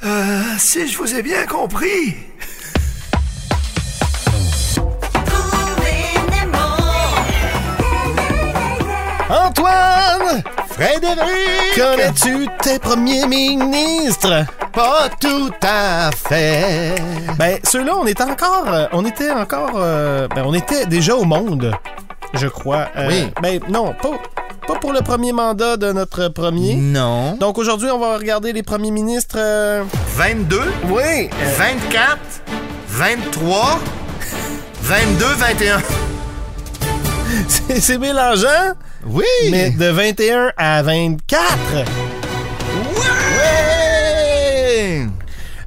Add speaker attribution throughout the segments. Speaker 1: Ah, si je vous ai bien compris.
Speaker 2: Antoine!
Speaker 3: Frédéric!
Speaker 2: Connais-tu tes premiers ministres?
Speaker 3: Pas tout à fait.
Speaker 2: Ben, ceux-là, on était encore. euh, on était encore. euh, ben, on était déjà au monde, je crois. Euh,
Speaker 3: Oui.
Speaker 2: Ben, non, pas, pas pour le premier mandat de notre premier.
Speaker 3: Non.
Speaker 2: Donc aujourd'hui, on va regarder les premiers ministres. euh,
Speaker 3: 22,
Speaker 2: Oui!
Speaker 3: 24, 23, 22, 21.
Speaker 2: C'est c'est mélangeant,
Speaker 3: Oui!
Speaker 2: mais de 21 à 24.
Speaker 3: Ouais!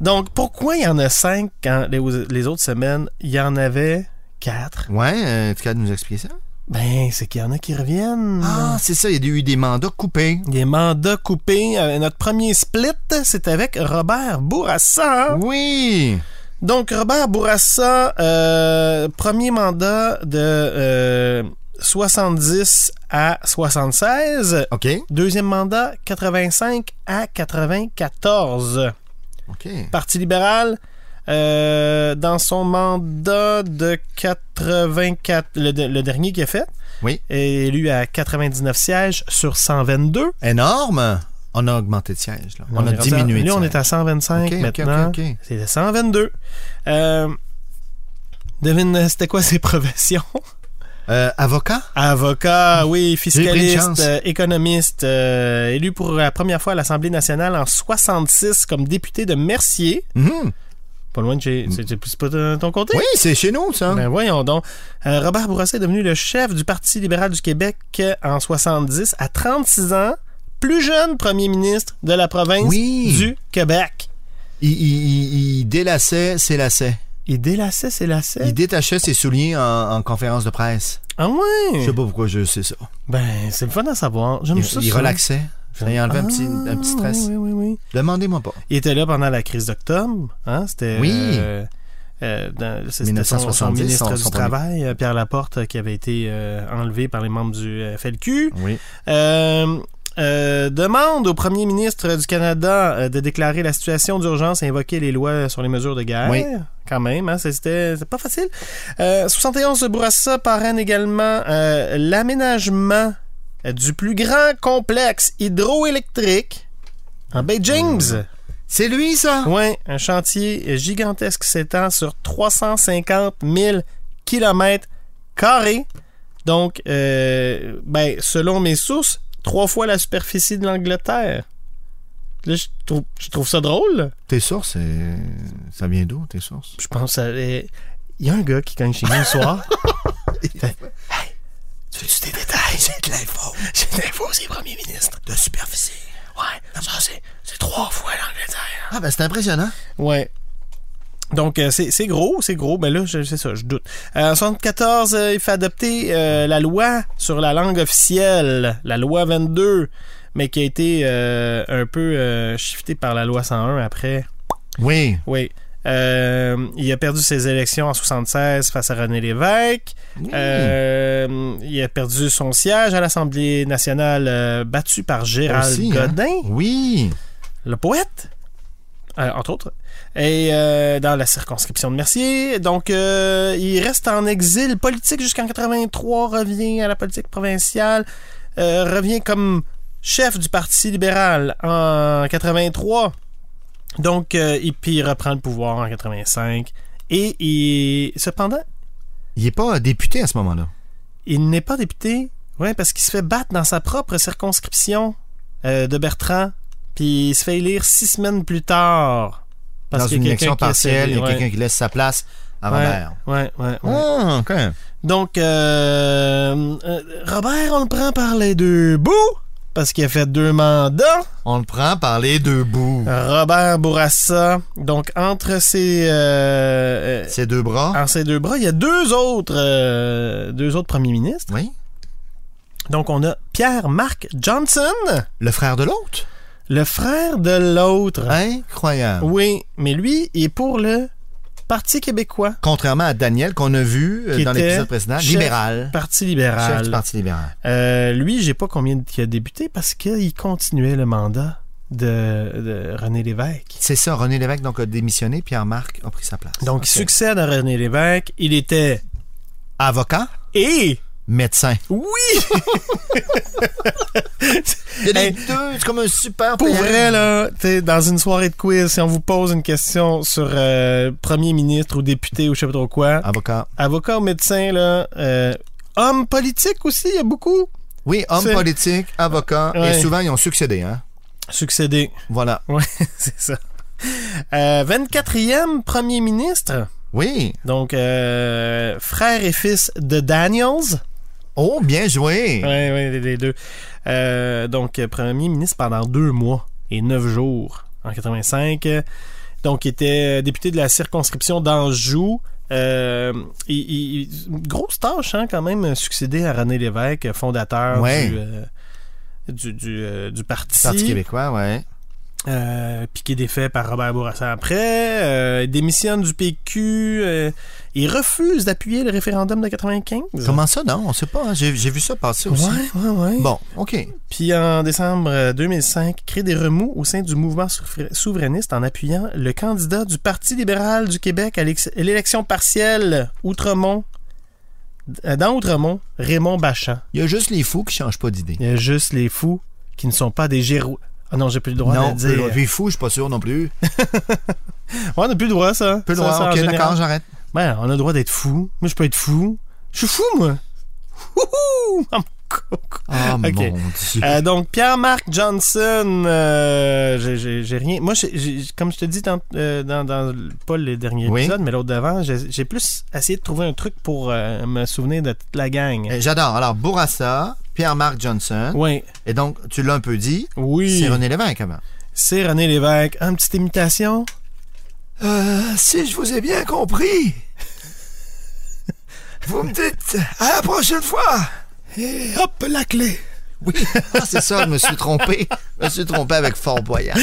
Speaker 2: Donc pourquoi il y en a 5 quand les, les autres semaines, il y en avait 4?
Speaker 3: Ouais, euh, tu es capable de nous expliquer ça?
Speaker 2: Ben, c'est qu'il y en a qui reviennent.
Speaker 3: Ah, c'est ça, il y a eu des mandats coupés.
Speaker 2: Des mandats coupés. Euh, notre premier split, c'est avec Robert Bourassa.
Speaker 3: Oui!
Speaker 2: Donc, Robert Bourassa, euh, premier mandat de euh, 70 à 76.
Speaker 3: OK,
Speaker 2: Deuxième mandat, 85 à 94.
Speaker 3: OK.
Speaker 2: Parti libéral, euh, dans son mandat de 84, le, de- le dernier qu'il a fait,
Speaker 3: Oui.
Speaker 2: est élu à 99 sièges sur 122.
Speaker 3: Énorme! On a augmenté de sièges, là. On, a
Speaker 2: est rendu à-
Speaker 3: diminué de
Speaker 2: Là, on
Speaker 3: sièges.
Speaker 2: est à 125
Speaker 3: Ok, ok,
Speaker 2: maintenant.
Speaker 3: ok, ok.
Speaker 2: C'est de 122. Euh, devine, euh, c'était quoi ses professions?
Speaker 3: Euh, avocat?
Speaker 2: Avocat, oui,
Speaker 3: pris une
Speaker 2: fiscaliste,
Speaker 3: chance.
Speaker 2: euh, économiste, euh, élu pour la première fois à l'Assemblée nationale en 66 comme député de Mercier.
Speaker 3: Mhm.
Speaker 2: Pas loin de chez... c'est- C'est c'est pas de ton côté?
Speaker 3: Mm. Oui, hein. c'est chez nous, ça.
Speaker 2: Ben voyons donc. Euh, Robert Bourassa est devenu le chef du Parti libéral du Québec euh, en 70 à 36 ans, plus jeune premier ministre de la province
Speaker 3: Oui.
Speaker 2: du Québec.
Speaker 3: Il, il- il- il délaçait ses lacets.
Speaker 2: Il délaçait ses lacets.
Speaker 3: Il détachait ses souliers en, en conférence de presse.
Speaker 2: Ah
Speaker 3: Je
Speaker 2: ouais!
Speaker 3: sais pas pourquoi je sais ça.
Speaker 2: Ben, c'est le fun à savoir. J'aime
Speaker 3: Il,
Speaker 2: ça.
Speaker 3: il
Speaker 2: ça.
Speaker 3: relaxait. Ça lui enlevait un, petit,
Speaker 2: Ah,
Speaker 3: un petit stress.
Speaker 2: Oui, oui, oui.
Speaker 3: Demandez-moi pas.
Speaker 2: Il était là pendant la crise d'octobre. Hein? C'était.
Speaker 3: Oui.
Speaker 2: euh, euh, dans- c'était son- son,
Speaker 3: 1970,
Speaker 2: ministre
Speaker 3: son-
Speaker 2: du
Speaker 3: son premier-
Speaker 2: Travail, euh, Pierre Laporte, euh, qui avait été euh, enlevé par les membres du euh, FLQ.
Speaker 3: Oui.
Speaker 2: Euh, euh, demande au premier ministre du Canada euh, de déclarer la situation d'urgence et invoquer les lois sur les mesures de guerre.
Speaker 3: Oui.
Speaker 2: Quand même, hein, c'est- c'était c'est pas facile. Euh, 71, Bourassa parraine également euh, l'aménagement euh, du plus grand complexe hydroélectrique en Bay James.
Speaker 3: C'est lui, ça?
Speaker 2: Oui, un chantier gigantesque s'étend sur 350 000 kilomètres carrés. Donc, euh, ben, selon mes sources, trois fois la superficie de l'Angleterre. Là, je trouve, je trouve ça drôle.
Speaker 3: Tes sources, euh, ça vient d'où, tes sources?
Speaker 2: Je pense à... euh, Il y a un gars qui gagne chez nous le soir. Il fait, Hey, tu veux-tu des détails? J'ai de l'info. J'ai de l'info, c'est premier ministre.
Speaker 3: De superficie.
Speaker 2: Ouais, ça, c'est- c'est trois fois l'Angleterre.
Speaker 3: Ah, ben c'est impressionnant.
Speaker 2: Ouais. Donc, euh, c'est c'est gros, c'est gros. Ben là, je- c'est ça, je doute. Euh, En 74, euh, il fait adopter euh, la loi sur la langue officielle, la loi 22, mais qui a été euh, un peu euh, shiftée par la loi 101 après.
Speaker 3: Oui.
Speaker 2: Oui. Euh, il a perdu ses élections en 76 face à René Lévesque.
Speaker 3: Hmm.
Speaker 2: Euh, il a perdu son siège à l'Assemblée nationale, euh, battu par Gérald
Speaker 3: Aussi, hein?
Speaker 2: Godin
Speaker 3: Oui.
Speaker 2: le poète, euh, entre autres, et euh, dans la circonscription de Mercier. Donc, euh, il reste en exil politique jusqu'en 83, revient à la politique provinciale, euh, revient comme chef du Parti libéral en 83. Donc, euh, et puis il reprend le pouvoir en 85. Et, il- cependant,
Speaker 3: Il est pas député à ce moment-là.
Speaker 2: il n'est pas député, ouais, parce qu'il se fait battre dans sa propre circonscription euh, de Bertrand, puis il se fait élire six semaines plus tard. Parce
Speaker 3: Dans
Speaker 2: qu'il y a
Speaker 3: une
Speaker 2: quelqu'un
Speaker 3: élection
Speaker 2: qui essaie-
Speaker 3: partielle, il y a
Speaker 2: ouais,
Speaker 3: quelqu'un qui laisse sa place à Robert.
Speaker 2: ouais, ouais, ouais.
Speaker 3: Ah, OK.
Speaker 2: Donc, euh, euh, Robert, on le prend par les deux bouts, parce qu'il a fait deux mandats.
Speaker 3: On le prend par les deux bouts.
Speaker 2: Euh. Robert Bourassa, donc entre ses... euh, euh,
Speaker 3: Ses deux bras.
Speaker 2: en ses deux bras, il y a deux autres, euh, deux autres premiers ministres.
Speaker 3: Oui.
Speaker 2: Donc, on a Pierre-Marc Johnson.
Speaker 3: Le frère de l'autre.
Speaker 2: Le frère de l'autre. hein?
Speaker 3: Incroyable.
Speaker 2: Oui, mais lui il est pour le Parti québécois,
Speaker 3: Contrairement à Daniel qu'on a vu euh,
Speaker 2: Qui
Speaker 3: dans
Speaker 2: était
Speaker 3: l'épisode précédent,
Speaker 2: chef-
Speaker 3: libéral.
Speaker 2: Parti
Speaker 3: Chef du
Speaker 2: libéral.
Speaker 3: Parti libéral.
Speaker 2: Euh, lui, j'ai pas combien de- qui a débuté parce qu'il continuait le mandat de, de René Lévesque.
Speaker 3: C'est ça, René Lévesque donc, a démissionné, Pierre-Marc a pris sa place.
Speaker 2: Donc, il succède à René Lévesque. Il était.
Speaker 3: Avocat,
Speaker 2: Et.
Speaker 3: médecin.
Speaker 2: Oui!
Speaker 3: Il y a les
Speaker 2: Hey.
Speaker 3: deux, c'est comme un super
Speaker 2: Pour
Speaker 3: PM.
Speaker 2: vrai, là, t'sais, dans une soirée de quiz, si on vous pose une question sur euh, premier ministre ou député ou je sais pas trop quoi,
Speaker 3: Avocat.
Speaker 2: avocat ou médecin, là, euh, homme politique aussi, il y a beaucoup
Speaker 3: Oui, homme
Speaker 2: C'est-
Speaker 3: politique, avocat.
Speaker 2: Ouais.
Speaker 3: Et souvent, ils ont succédé. Hein?
Speaker 2: succédé.
Speaker 3: Voilà.
Speaker 2: C'est ça. Euh, 24e premier ministre,
Speaker 3: Oui.
Speaker 2: donc euh, frère et fils de Daniels.
Speaker 3: Oh, bien joué.
Speaker 2: Oui, oui, les, les deux. Euh, donc, euh, premier ministre pendant deux mois et neuf jours en 85. Euh, Donc, il était euh, député de la circonscription d'Anjou. Euh, il- il- il- grosse tâche, hein, quand même, succéder à René Lévesque, euh, fondateur
Speaker 3: Ouais.
Speaker 2: du, euh, du, du, euh, du parti.
Speaker 3: Parti québécois, ouais.
Speaker 2: Euh, piqué défait par Robert Bourassa après. Euh, il démissionne du PQ. euh, il refuse d'appuyer le référendum de 95.
Speaker 3: Comment ça, non? On sait pas. hein. J'ai j'ai vu ça passer
Speaker 2: Ouais,
Speaker 3: aussi.
Speaker 2: ouais, ouais.
Speaker 3: Bon, OK.
Speaker 2: Puis en décembre euh, 2005, crée des remous au sein du mouvement soufra- souverainiste en appuyant le candidat du Parti libéral du Québec à l'ex- à l'élection partielle Outremont. Euh, Dans Outremont, Raymond Bachand.
Speaker 3: Il y a juste les fous qui changent pas d'idée.
Speaker 2: Il y a juste les fous qui ne sont pas des Giroux. Ah non, j'ai plus le droit
Speaker 3: Non,
Speaker 2: de le dire.
Speaker 3: plus- les fous, je suis pas sûr non plus.
Speaker 2: Ouais, on n'a plus le droit, ça.
Speaker 3: Peu
Speaker 2: Ça, ça, en
Speaker 3: droit. OK,
Speaker 2: général.
Speaker 3: d'accord, j'arrête.
Speaker 2: Ouais, on a le droit d'être fou. Moi, je peux être fou. Je suis fou, moi. Wouhou! Ah, mon coco.
Speaker 3: Ah,
Speaker 2: Ok.
Speaker 3: mon Dieu.
Speaker 2: Euh, donc, Pierre-Marc Johnson, euh, j'ai- j'ai j'ai rien. Moi, j'ai- j'ai- comme je te dis, dans, euh, dans, dans le- pas le dernier
Speaker 3: Oui.
Speaker 2: épisode, mais l'autre d'avant, j'ai j'ai plus essayé de trouver un truc pour euh, me souvenir de toute la gang.
Speaker 3: Euh, J'adore. Alors, Bourassa, Pierre-Marc Johnson.
Speaker 2: Oui,
Speaker 3: Et donc, tu l'as un peu dit,
Speaker 2: oui.
Speaker 3: c'est René Lévesque avant.
Speaker 2: C'est René Lévesque. Ah, Une petite imitation.
Speaker 1: Euh, si je vous ai bien compris. Vous me dites à la prochaine fois. Et hop, la clé.
Speaker 3: Oui, Ah, c'est ça, je me suis trompé. Je me suis trompé avec Fort Boyard.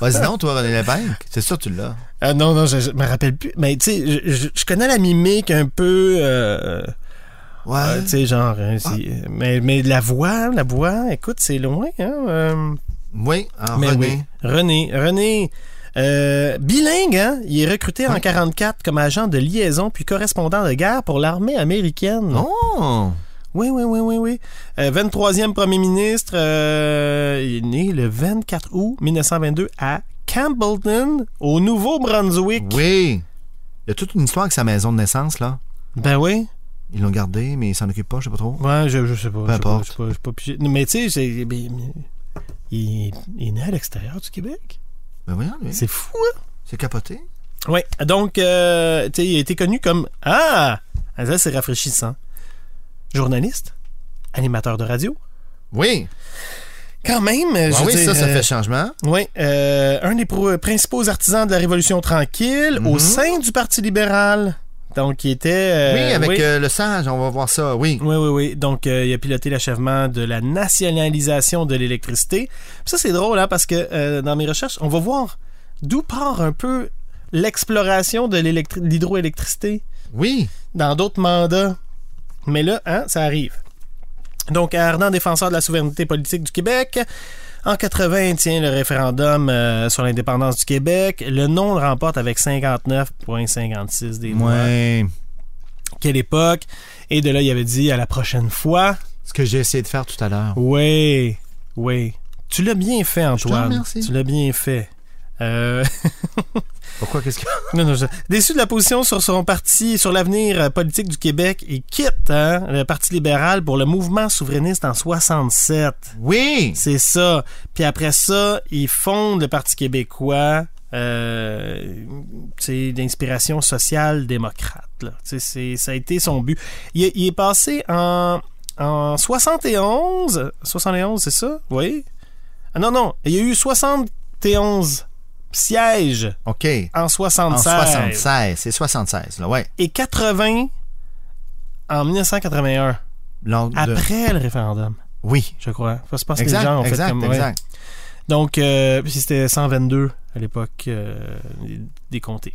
Speaker 3: Vas-y donc, toi, René Lévesque. C'est sûr, tu l'as.
Speaker 2: Ah non, non, je, je me rappelle plus. Mais tu sais, je, je- je connais la mimique un peu. euh,
Speaker 3: Ouais.
Speaker 2: euh, tu sais, genre. hein, c'est- mais, mais la voix, la voix, écoute, c'est loin. Hein, euh.
Speaker 3: oui, en
Speaker 2: Mais
Speaker 3: Ah, René.
Speaker 2: oui. René. René. euh, bilingue, hein? Il est recruté en 44 comme agent de liaison puis correspondant de guerre pour l'armée américaine.
Speaker 3: Oh!
Speaker 2: Oui, oui, oui, oui, oui. Euh, 23e premier ministre, euh, il est né le 24 août 1922 à Campbellton, au Nouveau-Brunswick.
Speaker 3: Oui. Il y a toute une histoire avec sa maison de naissance, là.
Speaker 2: Ben oui.
Speaker 3: Ils l'ont gardée, mais ils s'en occupent pas, je sais pas trop.
Speaker 2: Ouais, je, je sais pas. je sais pas,
Speaker 3: importe.
Speaker 2: Je sais pas, je sais pas pigé. Mais tu sais, j'ai- ben, il, il est né à l'extérieur du Québec.
Speaker 3: Ben voyons, lui.
Speaker 2: C'est fou, hein?
Speaker 3: C'est capoté.
Speaker 2: Oui, donc, euh, tu sais, il a été connu comme. Ah Ah, Ça, c'est rafraîchissant. Journaliste, animateur de radio.
Speaker 3: Oui.
Speaker 2: Quand même,
Speaker 3: Ah
Speaker 2: je
Speaker 3: oui,
Speaker 2: veux
Speaker 3: ça,
Speaker 2: dire,
Speaker 3: ça
Speaker 2: euh,
Speaker 3: fait changement.
Speaker 2: Oui, euh, un des pro- principaux artisans de la Révolution tranquille au
Speaker 3: Mhm.
Speaker 2: sein du Parti libéral. Donc, il était. euh,
Speaker 3: oui, avec
Speaker 2: oui.
Speaker 3: euh, le sage, on va voir ça, oui.
Speaker 2: Oui, oui, oui. Donc, euh, il a piloté l'achèvement de la nationalisation de l'électricité. Puis Ça, c'est drôle, hein, parce que euh, dans mes recherches, on va voir d'où part un peu l'exploration de l'électri- de l'hydroélectricité.
Speaker 3: Oui.
Speaker 2: dans d'autres mandats. Mais là, hein, ça arrive. Donc, ardent défenseur de la souveraineté politique du Québec, en 80, il tient le référendum euh, sur l'indépendance du Québec. Le non le remporte avec 59,56 des voix.
Speaker 3: Ouais.
Speaker 2: Quelle époque. Et de là, il avait dit à la prochaine fois.
Speaker 3: Ce que j'ai essayé de faire tout à l'heure.
Speaker 2: Oui, oui. Tu l'as bien fait,
Speaker 3: te
Speaker 2: Antoine.
Speaker 3: remercie.
Speaker 2: Tu l'as bien fait. Euh,
Speaker 3: Pourquoi, qu'est-ce que...
Speaker 2: Non, non, je- Déçu de la position sur son parti, sur l'avenir euh, politique du Québec, il quitte hein, le Parti libéral pour le mouvement souverainiste en 67.
Speaker 3: Oui.
Speaker 2: C'est ça. Puis après ça, il fonde le Parti québécois. euh, c'est d'inspiration sociale démocrate. là. Tu sais, c'est- ça a été son but. Il, est- il est passé en, en 71. 71, c'est ça? Oui. Ah non, non. Il y a eu 71 sièges
Speaker 3: OK.
Speaker 2: en 76
Speaker 3: En 76. C'est 76, là, ouais.
Speaker 2: et 80 en 1981,
Speaker 3: Lors de-
Speaker 2: après le référendum,
Speaker 3: Oui.
Speaker 2: je crois. Faut se penser que les
Speaker 3: Exact,
Speaker 2: gens ont fait
Speaker 3: exact,
Speaker 2: comme ouais.
Speaker 3: exact.
Speaker 2: Donc, euh, puis c'était 122 à l'époque euh, des comtés.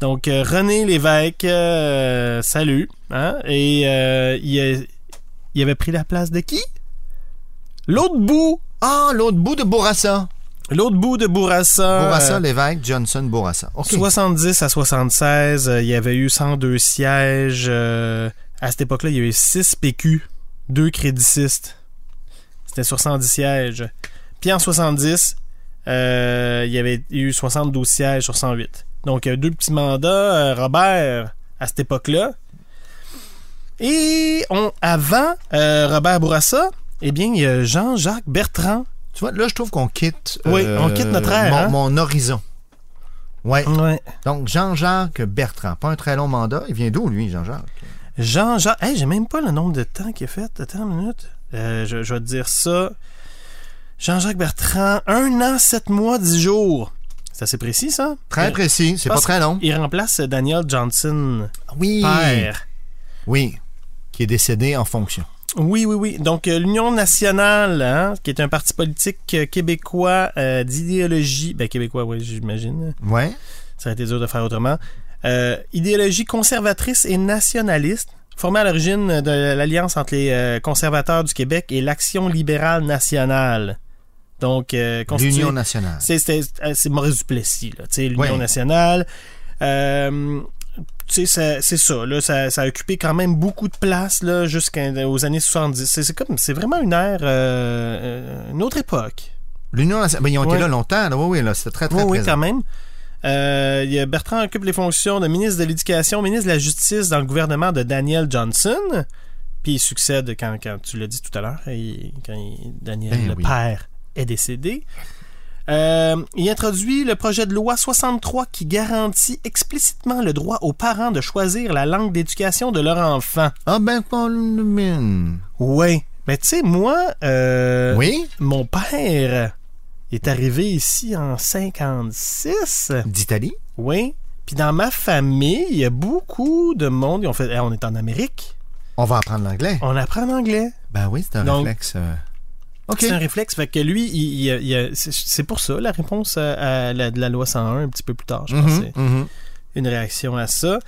Speaker 2: Donc, euh, René Lévesque, euh, salut. hein, et euh, il, a- il avait pris la place de qui L'autre bout
Speaker 3: Ah, l'autre bout de Bourassa.
Speaker 2: L'autre bout de Bourassa.
Speaker 3: Bourassa,
Speaker 2: euh,
Speaker 3: Lévesque, Johnson, Bourassa. OK.
Speaker 2: 70 à 76, euh, il y avait eu 102 sièges. euh, à cette époque-là, il y avait 6 PQ, 2 crédicistes. C'était sur 110 sièges. Puis en 70, euh, il y avait eu 72 sièges sur 108. Donc, il y a eu deux petits mandats, euh, Robert, à cette époque-là. Et on, avant euh, Robert Bourassa, eh bien, il y a Jean-Jacques Bertrand.
Speaker 3: Tu vois, là, je trouve qu'on quitte. euh,
Speaker 2: Oui, on quitte notre ère,
Speaker 3: Mon,
Speaker 2: hein? Mm.
Speaker 3: mon horizon. Ouais.
Speaker 2: Ouais.
Speaker 3: Donc, Jean-Jacques Bertrand. Pas un très long mandat. Il vient d'où, lui, Jean-Jacques?
Speaker 2: Jean-Jacques. Hey, j'ai même pas le nombre de temps qu'il a fait. Attends une minute. Euh, je, je vais te dire ça. Jean-Jacques Bertrand, un an, sept mois, dix jours. C'est assez précis, ça?
Speaker 3: Très
Speaker 2: Euh,
Speaker 3: précis. C'est pas
Speaker 2: parce-
Speaker 3: très long.
Speaker 2: Il remplace Daniel Johnson,
Speaker 3: Oui.
Speaker 2: père.
Speaker 3: Oui. Qui est décédé en fonction.
Speaker 2: Oui, oui, oui. Donc, euh, l'Union nationale, hein, qui est un parti politique euh, québécois euh, d'idéologie... Ben, québécois, oui, j'imagine.
Speaker 3: Ouais.
Speaker 2: Ça aurait été dur de faire autrement. Euh, idéologie conservatrice et nationaliste, formée à l'origine de l'alliance entre les euh, conservateurs du Québec et l'Action libérale nationale. Donc, euh, constituée-
Speaker 3: L'Union nationale.
Speaker 2: c'est- C'est euh, c'est Maurice Duplessis, là, tu sais, l'Union
Speaker 3: Ouais.
Speaker 2: nationale. Euh, tu sais, ça- c'est ça, là, ça, ça a occupé quand même beaucoup de place là, jusqu'aux années 70. C'est c'est comme, c'est vraiment une ère, euh, euh, une autre époque.
Speaker 3: L'Union nationale. Ben, ils ont
Speaker 2: Ouais.
Speaker 3: été là longtemps. Là. Oui, oui, là. C'était très, très
Speaker 2: Oui, oui,
Speaker 3: présent.
Speaker 2: quand même. Euh, il y a Bertrand occupe les fonctions de ministre de l'Éducation, ministre de la Justice dans le gouvernement de Daniel Johnson. Puis il succède quand, quand tu l'as dit tout à l'heure, il- quand il- Daniel,
Speaker 3: Ben
Speaker 2: le
Speaker 3: oui.
Speaker 2: père, est décédé. Euh, il introduit le projet de loi 63 qui garantit explicitement le droit aux parents de choisir la langue d'éducation de leur enfant.
Speaker 3: Ah, ben, Paul Mine.
Speaker 2: Oui. Mais tu sais, moi, euh,
Speaker 3: Oui?
Speaker 2: mon père est arrivé ici en 56.
Speaker 3: D'Italie?
Speaker 2: Oui. Puis dans ma famille, il y a beaucoup de monde qui ont fait Hey, on est en Amérique,
Speaker 3: On va apprendre l'anglais.
Speaker 2: on apprend l'anglais.
Speaker 3: Ben oui, c'est un
Speaker 2: Oh. Donc-
Speaker 3: réflexe. euh, OK.
Speaker 2: C'est un réflexe. Fait que lui, il- il- il- il- c'est- c'est pour ça la réponse à, à la, de la loi 101 un petit peu plus tard, je pense.
Speaker 3: Mhm,
Speaker 2: C'est
Speaker 3: mhm.
Speaker 2: Une réaction à ça.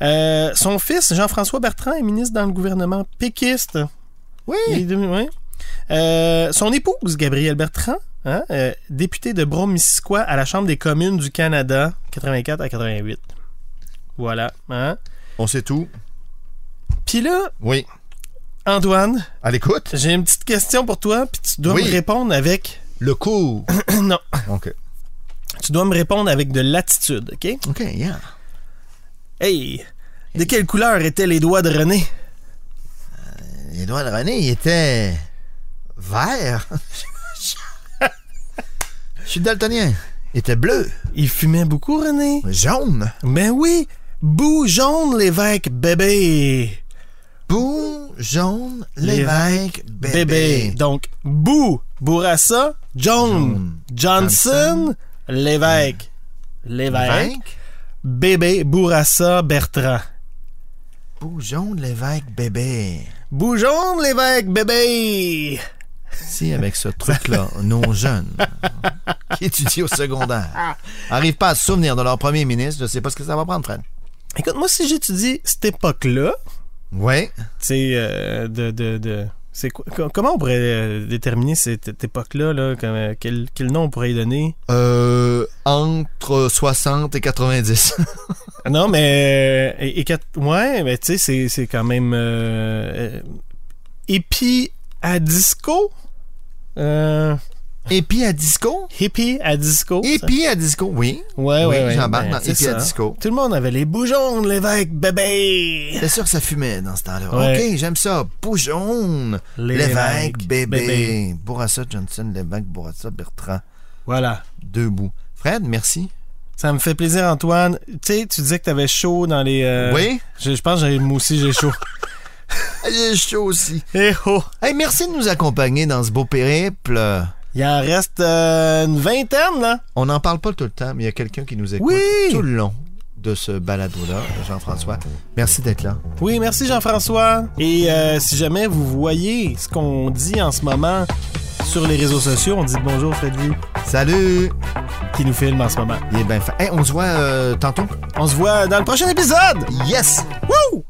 Speaker 2: Euh, son fils, Jean-François Bertrand, est ministre dans le gouvernement péquiste. Il est
Speaker 3: Oui.
Speaker 2: devenu- ouais. Euh, son épouse, Gabrielle Bertrand, hein, euh, députée de Bromissiquois à la Chambre des communes du Canada, 84 à 88. Voilà. hein.
Speaker 3: On sait tout.
Speaker 2: Puis là,
Speaker 3: Oui.
Speaker 2: Antoine,
Speaker 3: À l'écoute.
Speaker 2: j'ai une petite question pour toi, puis tu dois
Speaker 3: Oui.
Speaker 2: me répondre avec.
Speaker 3: Le coup.
Speaker 2: non,
Speaker 3: OK.
Speaker 2: tu dois me répondre avec de l'attitude, ok?
Speaker 3: OK, yeah.
Speaker 2: Hey! De quelle couleur étaient les doigts de René?
Speaker 3: Édouard René, il était vert. Je suis daltonien. Il était bleu,
Speaker 2: Il fumait beaucoup, René?
Speaker 3: jaune,
Speaker 2: Ben oui! Boue jaune, l'évêque, bébé!
Speaker 3: boue, jaune, l'évêque, bébé.
Speaker 2: Donc, Bou, Bourassa, John, Johnson,
Speaker 3: Johnson,
Speaker 2: l'évêque. L'évêque.
Speaker 3: L'évêque,
Speaker 2: Bébé, Bourassa, Bertrand.
Speaker 3: boue, jaune, l'évêque, bébé.
Speaker 2: Boue jaune, l'évêque, bébé!
Speaker 3: Si avec ce truc-là, nos jeunes qui étudient au secondaire arrivent pas à se souvenir de leur premier ministre, je sais pas ce que ça va prendre, Fred.
Speaker 2: Écoute, moi, si j'étudie cette époque-là,
Speaker 3: Oui.
Speaker 2: tu sais, euh, de. de, de c'est quoi- co- comment on pourrait euh, déterminer cette, cette époque-là? Là, comme, euh, quel, quel nom on pourrait y donner?
Speaker 3: Euh, entre 60 et 90.
Speaker 2: Ah Non, mais. euh, et, et quatre- ouais, mais tu sais, c'est, c'est quand même. Euh, euh, hippie à disco? Euh,
Speaker 3: et puis à disco,
Speaker 2: hippie à disco? ça?
Speaker 3: Hippie à disco, oui.
Speaker 2: Ouais,
Speaker 3: oui,
Speaker 2: ouais, ouais.
Speaker 3: j'embarque
Speaker 2: ben,
Speaker 3: dans
Speaker 2: c'est
Speaker 3: hippie à
Speaker 2: ça.
Speaker 3: disco.
Speaker 2: Tout le monde avait les boujons, l'évêque, bébé!
Speaker 3: C'est sûr que ça fumait dans ce temps-là.
Speaker 2: Ouais.
Speaker 3: OK, j'aime ça. Bougeon, l'évêque, bébé. Bourassa Johnson, l'évêque, Bourassa Bertrand.
Speaker 2: Voilà.
Speaker 3: Deux bouts. Fred, merci.
Speaker 2: Ça me fait plaisir, Antoine. Tu sais, tu disais que t'avais chaud dans les. euh,
Speaker 3: Oui?
Speaker 2: Je, je pense que j'ai- moi aussi j'ai chaud.
Speaker 3: J'ai chaud aussi.
Speaker 2: Eh oh!
Speaker 3: Hey, merci de nous accompagner dans ce beau périple.
Speaker 2: Il en reste euh, une vingtaine, là.
Speaker 3: On n'en parle pas tout le temps, mais il y a quelqu'un qui nous écoute
Speaker 2: Oui!
Speaker 3: tout le long de ce balado-là, Jean-François. Merci d'être là.
Speaker 2: Oui, merci Jean-François. Et euh, si jamais vous voyez ce qu'on dit en ce moment sur les réseaux sociaux, on dit bonjour Freddy
Speaker 3: Salut!
Speaker 2: qui nous filme en ce moment.
Speaker 3: Il est bien fait. Hey, on se voit euh, tantôt.
Speaker 2: On se voit dans le prochain épisode.
Speaker 3: Yes!
Speaker 2: Wouh!